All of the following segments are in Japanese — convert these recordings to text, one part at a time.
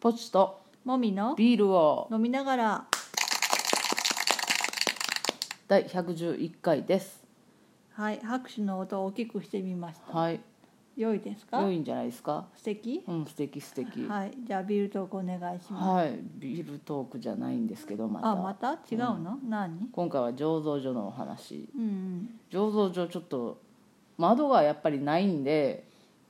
ポチともみのビールを飲みながら第111回ですはい拍手の音を大きくしてみましたはい良いですか良いんじゃないですか素敵うん素敵素敵ははいじゃあビールトークお願いしい、ますビールトークじゃないんですけどまたあまた違うの何今回は醸造所のお話うんうん醸造所ちょっと窓がやっぱりないんで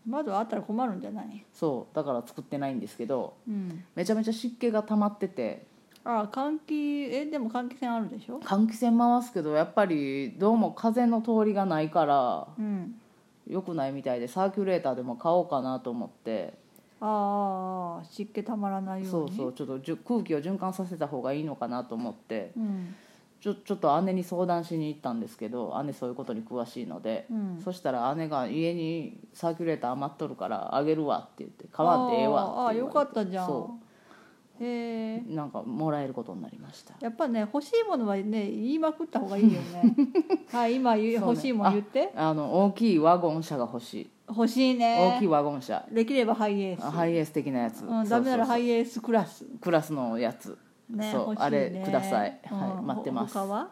窓あったら困るんじゃないそうだから作ってないんですけどうんめちゃめちゃ湿気が溜まっててあ換気えでも換気扇あるでしょ換気扇回すけどやっぱりどうも風の通りがないからうん良くないみたいでサーキュレーターでも買おうかなと思ってああ湿気たまらないようにそうそうちょっとじゅ空気を循環させた方がいいのかなと思ってうんちょちょっと姉に相談しに行ったんですけど姉そういうことに詳しいので、うんそしたら姉が「家にサーキュレーター余っとるからあげるわ」って言って「買わんでええあーわあってー言よわれて」かったじゃそんへえうなんかもらえることになりましたやっぱね欲しいものはね言いまくった方がいいよ ねはい今言うそうね欲しいもの言ってあの大きいワゴン車が欲しい、欲しい大きいねワゴン車できればハイエースハイエース的なやつ、うん、ダメならハイイエースクラスクラスのやつねそう欲しいねあれくださいはいうん待ってます他は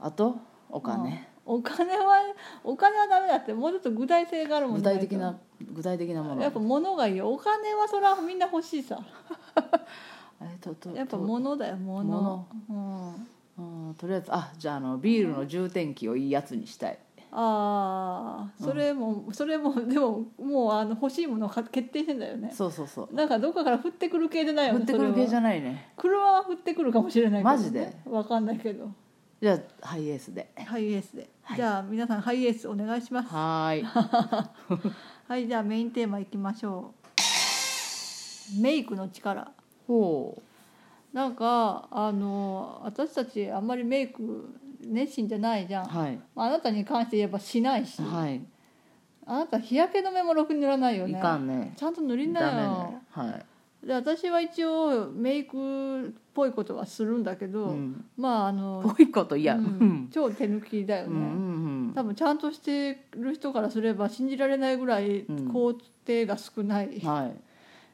あとお金、うんお金はお金はダメだってもうちょっと具体性があるもん具じゃな体いと的な具体的なものやっぱ物がいいよお金はそれはみんな欲しいさえっととやっぱと物だよ物うん、うんとりあえずあじゃああのビールの充填器をいいやつにしたい、ああそれも、それもでももうあの欲しいものを買決定してんだよねそうそうそうなんかどっかから降ってくる系じゃないよ売ねってくる系じゃゃないね車は降ってくるかもしれないけど、ね、マジでわかんないけどじゃあハイエースでハイエースで、はいじゃあ皆さんハイエースお願いしますはーいはいじゃあメインテーマいきましょうメイクの力ほうなんかあの私たちあんまりメイク熱心じゃないじゃん、はいまああなたに関して言えばしないし、はい、あなた日焼け止めもろくに塗らないよいねかんねちゃんと塗りなダよメねはい、で私は一応メイクっぽいことはするんだけど、うん、まああの、こういうこといや、ううんん、超手抜きだようんうね、ん多分ちゃんとしてる人からすれば信じられないぐらいうん工程が少ないうんはい、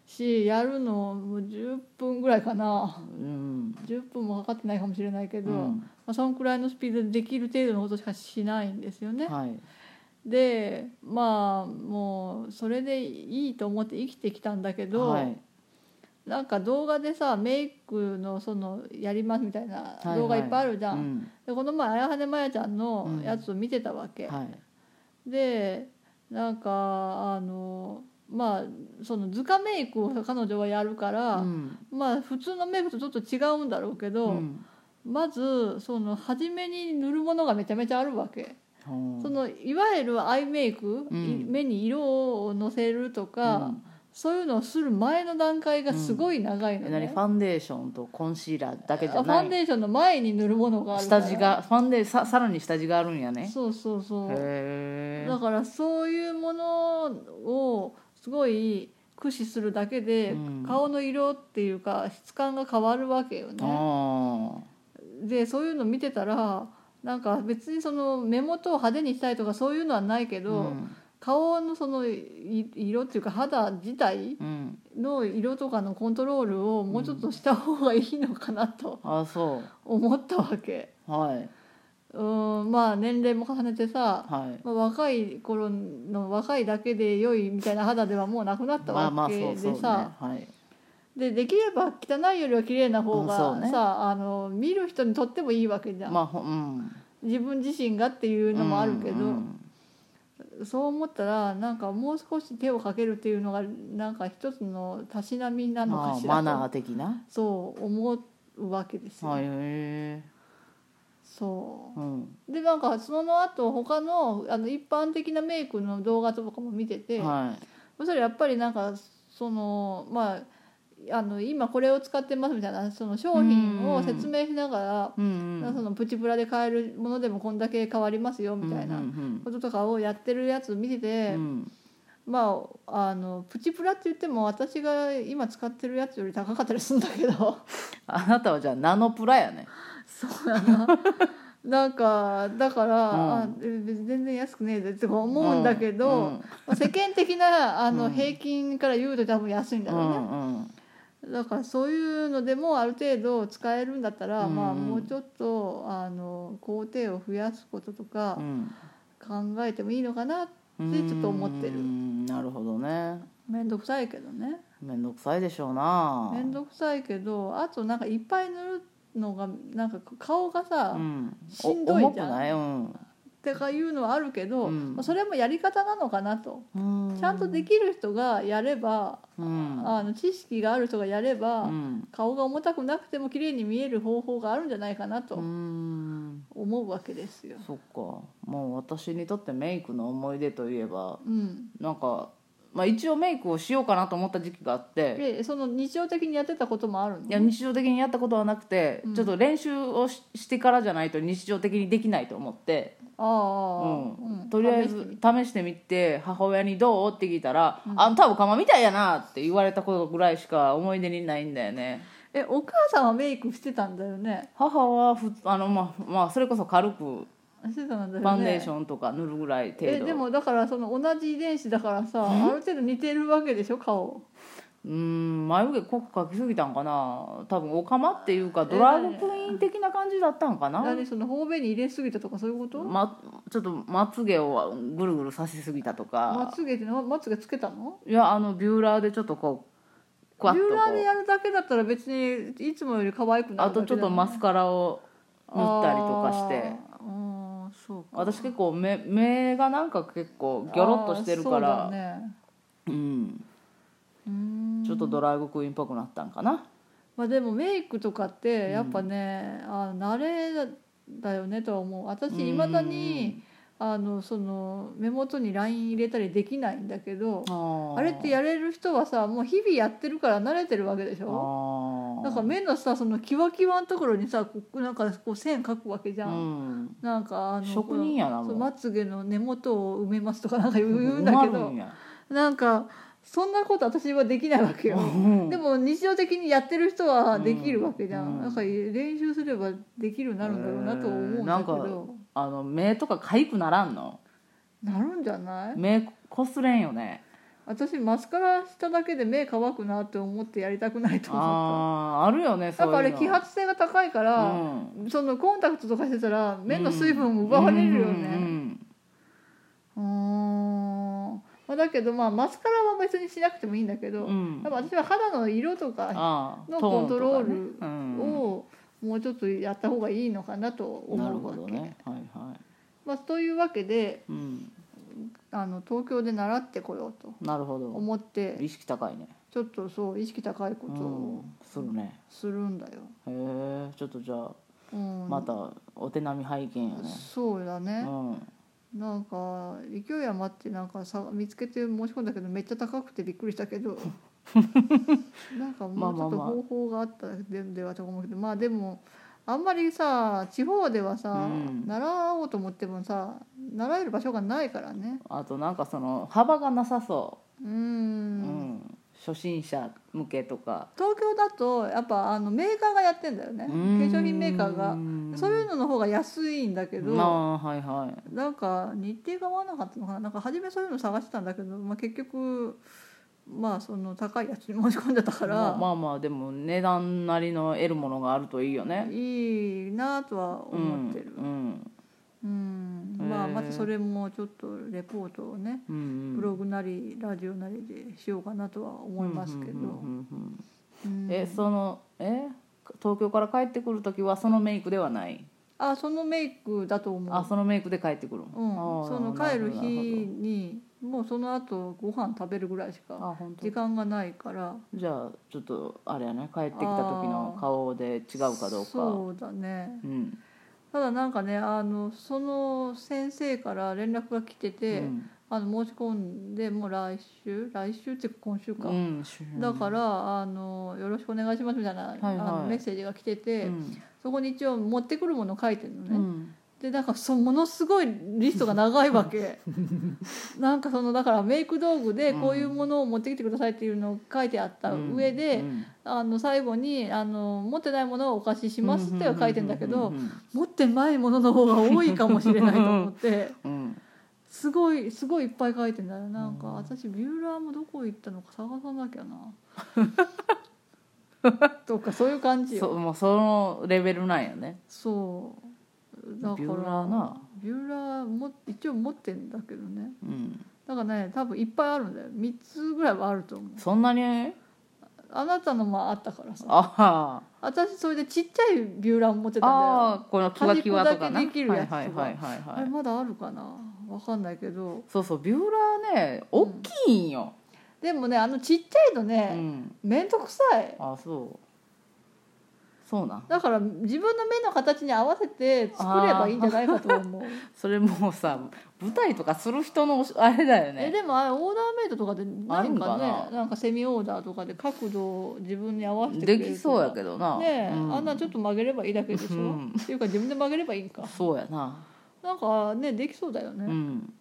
し、やるのもう10分ぐらいかなうん10分もかかってないかもしれないけど、うんまあ、そのくらいのスピードでできる程度のことしかしないんですよね。はいでまあもうそれでいいと思って生きてきたんだけど、はいなんか動画でさメイクのそのやりますみたいなはい動画いっぱいあるじゃん、うんでこの前綾羽まやちゃんのうんやつを見てたわけ、はいでなんかあのまあその図鑑メイクを彼女はやるから、うんまあ普通のメイクとちょっと違うんだろうけど、うんまずその初めに塗るものがめちゃめちゃあるわけ、ほうそのいわゆるアイメイク、うんい目に色をのせるとか、うんそういうのをする前の段階がすごい長いのえね、何ファンデーションとコンシーラーだけじゃあファなンいデーションの前に塗るものがある下から地がファンデささらに下地があるんやねそうそうそうへだからそういうものをすごい駆使するだけで、うん顔の色っていうか質感が変わるわけよあねーでそういうの見てたらなんか別にその目元を派手にしたいとかそういうのはないけど、うん顔のそのい色っていうか肌自体うんの色とかのコントロールをもうちょっとした方がいいのかなとあそ思ったわけ。うはいうんまあ年齢も重ねてさ、はいまあ、若い頃の若いだけで良いみたいな肌ではもうなくなったまあまわあけそうでそうねさはいでできれば汚いよりは綺麗な方がさ、うんそうねあの見る人にとってもいいわけじゃん、まあほうん自分自身がっていうのもあるけど、うんうんそう思ったらなんかもう少し手をかけるっていうのがなんか一つのたしなみなのまかあしらマとナー的なそう思うわけですよ、はいへえそううんでなんかその後他のあの一般的なメイクの動画とかも見てて、はそしたらやっぱりなんかそのまああの今これを使ってますみたいなその商品を説明しながら、いうんうんそのプチプラで買えるものでもこんだけ変わりますよみたいうんなうんこととかをやってるやつ見てうて、んまああのプチプラって言っても私が今使ってるやつより高かったりするんだけど あなたはじゃあナノプラやねそうだななんかだから、うんあえ全然安くねえぜって思うんだけど、うんまあ世間的なあの、うん平均から言うと多分安いんだうろうね、んうんだからそういうのでもある程度使えるんだったら、うんまあ、もうちょっとあの工程を増やすこととかうん考えてもいいのかなうんちょっと思ってうるんなるほどね面倒くさいけどね面倒くさいでしょうな面倒くさいけどあとなんかいっぱい塗るのがなんか顔がさ、うっんしんどいじゃんお重くないうんてかいうのはあるけど、うんまあそれもやり方なのかなと。うんちゃんとできる人がやれば、うんあの知識がある人がやれば、うん顔が重たくなくても綺麗に見える方法があるんじゃないかなとうん思うわけですよ。そっかもう私にとってメイクの思い出といえばうん、なんか、まあ、一応メイクをしようかなと思った時期があってでその日常的にやってたこともあるのいや日常的にやったことはなくて、うんちょっと練習をししてからじゃないと日常的にできないと思って、ああ、うんうんとりあえ試してずみ試してみて母親に「どう?」って聞いたら「あんたおかまみたいやな」って言われたことぐらいしか思い出にないんだよねえお母さんはメイクしてたんだよね母はふあの、まあまあ、それこそ軽くしてたんだよねファンデーションとか塗るぐらい程度、えでもだからその同じ遺伝子だからさある程度似てるわけでしょ顔うーん眉毛濃く描きすぎたんかな多分オカマっていうかドラァグクイーン的な感じだったんかな、何その方便に入れすぎたとかそういうことま、ちょっとまつげをぐるぐるさせすぎたとまかつげってなまつげつけたのいやあのビューラーでちょっとこうクワッとこビューラーでうやるだけだったら別にいつもより可愛くなあるだけだもとんちょっとマスカラを塗ったりとかしてあーうんそうか私結構目目がなんか結構ギョロッとしてるかあーそうらだねうん、うーんちょっとドラァグクイーンっぽくなったんかなまあ、でもメイクとかってやっぱね、あの慣れだよねとは思う私いまだにあのその目元にライン入れたりできないんだけどあーあれってやれる人はさもう日々やってるから慣れてるわけでしょあーなんか目のさそのキワキワのところにさこうなんかこう線描くわけじゃ、うんんなんかあの職人やなそうもうまつげの根元を埋めますとかなんか言ううんだけまるどんやなんかそんなこと私はできないわけようんでも日常的にやってる人はできるわけじゃ、うんんなんか練習すればできるようになるんだろうなと思うんだけど、 あの目とか痒くならんのなるんじゃない目こすれんよね私マスカラしただけで目乾くなって思ってやりたくないと思っあああるよねたそうだいうかのらあれ揮発性が高いから、うんそのコンタクトとかしてたら目の水分を奪われるようんうねんうーんまあだけどまあマスカラは別にしなくてもいいんだけど、うんうんやっぱ私は肌の色とかあーのトーンとかねコントロールうんをもうちょっとやった方がいいのかなと思なるうほわけ、どねはいはいまあ、というわけでうんあの東京で習ってこようとなるほど思って意識高いねちょっとそう意識高いこうとをんするねするんだよ、へえちょっとじゃあうんまたお手並み拝見やねそうだうね、んなんか勢い余ってなんかさ見つけて申し込んだけどめっちゃ高くてびっくりしたけ どなんかもうちょっとまあまあまあ方法があったでではと思うけどまあでもあんまりさ地方ではさ、うん習おうと思ってもさ習える場所がないからねあとなんかその幅がなさそうう、うんん、初心者向けとか東京だとやっぱあのメーカーがやってんだよね化粧品メーカーがそういうだのの方が安いんだけけど、まあはいはいなんか日程が合わなかったのかななんか初めそういうの探してたんだけど、まあ、結局まあその高いやつに申し込んでたから、まあまあまあでも値段なりの得るものがあるといいよねいいなとは思ってるうんうん、へーまあまたそれもちょっとレポートをねうんうんブログなりラジオなりでしようかなとは思いますけど、うんうんうんうんうんえそのえ東京から帰ってくる時はそのメイクではないあそのメイクだと思うあそのメイクで帰ってくるうん、あーそのな帰ほるど日にもうその後ご飯食べるぐらいしなるほどかあ本当時間がないからじゃあちょっとあれやね帰ってきた時の顔で違うかどうかそうだねうんただなんかねあのその先生から連絡が来てて、うんあの申し込んでもう来週来週っていうか今週か、うんだからあの「よろしくお願いします」みたいな、いはいあのメッセージが来てて、うんそこに一応持ってくるものを書いてるのね、うんでなんかそうものすごいリストが長いわ けなんかそのだからメイク道具でこういうものを持ってきてくださいっていうのを書いてあった上で、うんあの最後にあの「持ってないものをお貸しします」っては書いてんだけうどん持ってないものの方が多いかもしれないと思って うんうんうんすごいすごいいっぱい書いてんだよなんかうん 私ビューラーもどこ行ったのか探さなきゃなそうかそういう感じそようもうそのレベルなんやねそうだかビらューラーなビューラーも一応持ってんだけどねうんだからね多分いっぱいあるんだよ3つぐらいはあると思うそんなにあなたのもあったからさあ私それでちっちゃいビューラー持ってあたんあだよあこのキワキワとかな端っこだけできるやつとかはいはいはいあはい、はれい、まだあるかなわかんないけどそうそうビューラーね大きいんよ、でもねあのちっちゃいのうんね、めんどくさいあそうそうなんだから自分の目の形に合わせて作ればいいんじゃないかと思う それもうさ舞台とかする人のおしあれだよえねでもあれオーダーメイドとかでないんかねあるんなかなんかセミオーダーとかで角度を自分に合わせてくれでるとかきそうやけどなねえ、うんあんなんちょっと曲げればいいだけでしょ、うんっていうか自分で曲げればいいんかそうやななんかねできそうだようねん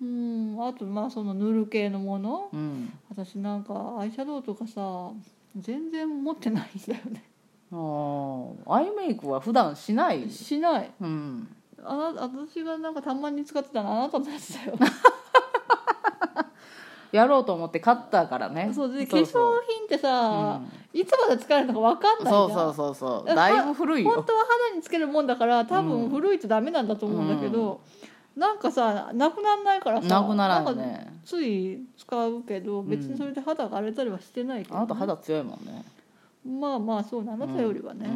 うんあとまあその塗る系のものうん私なんかアイシャドウとかさ全然持ってないんだよねあーアイメイクは普段しないしないうんあな私がなんかたまに使ってたのあなたのやつだ よやろうと思って買ったからねそうでそ化う粧そう品ってうさ、んいつまで使えるのか分かんないじゃそんうそうそうそうだいぶ古い本よ当は肌につけるもんだから多うん分古いとダメなんだと思うんだけど、なんかさなくならないからさなくならんよんかねつい使うけど別にそれで肌が荒れたりはしてないけど、あなた肌強いもんねまあまあそうねあなたよりはうねん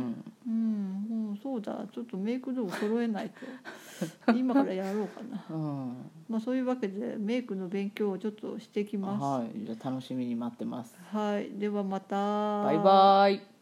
うん、うんそうだちょっとメイク道具揃えない と今からやろうかなうんまあそういうわけでメイクの勉強をちょっとしてきますはいじゃあ楽しみに待ってますはい、ではまたバイバイ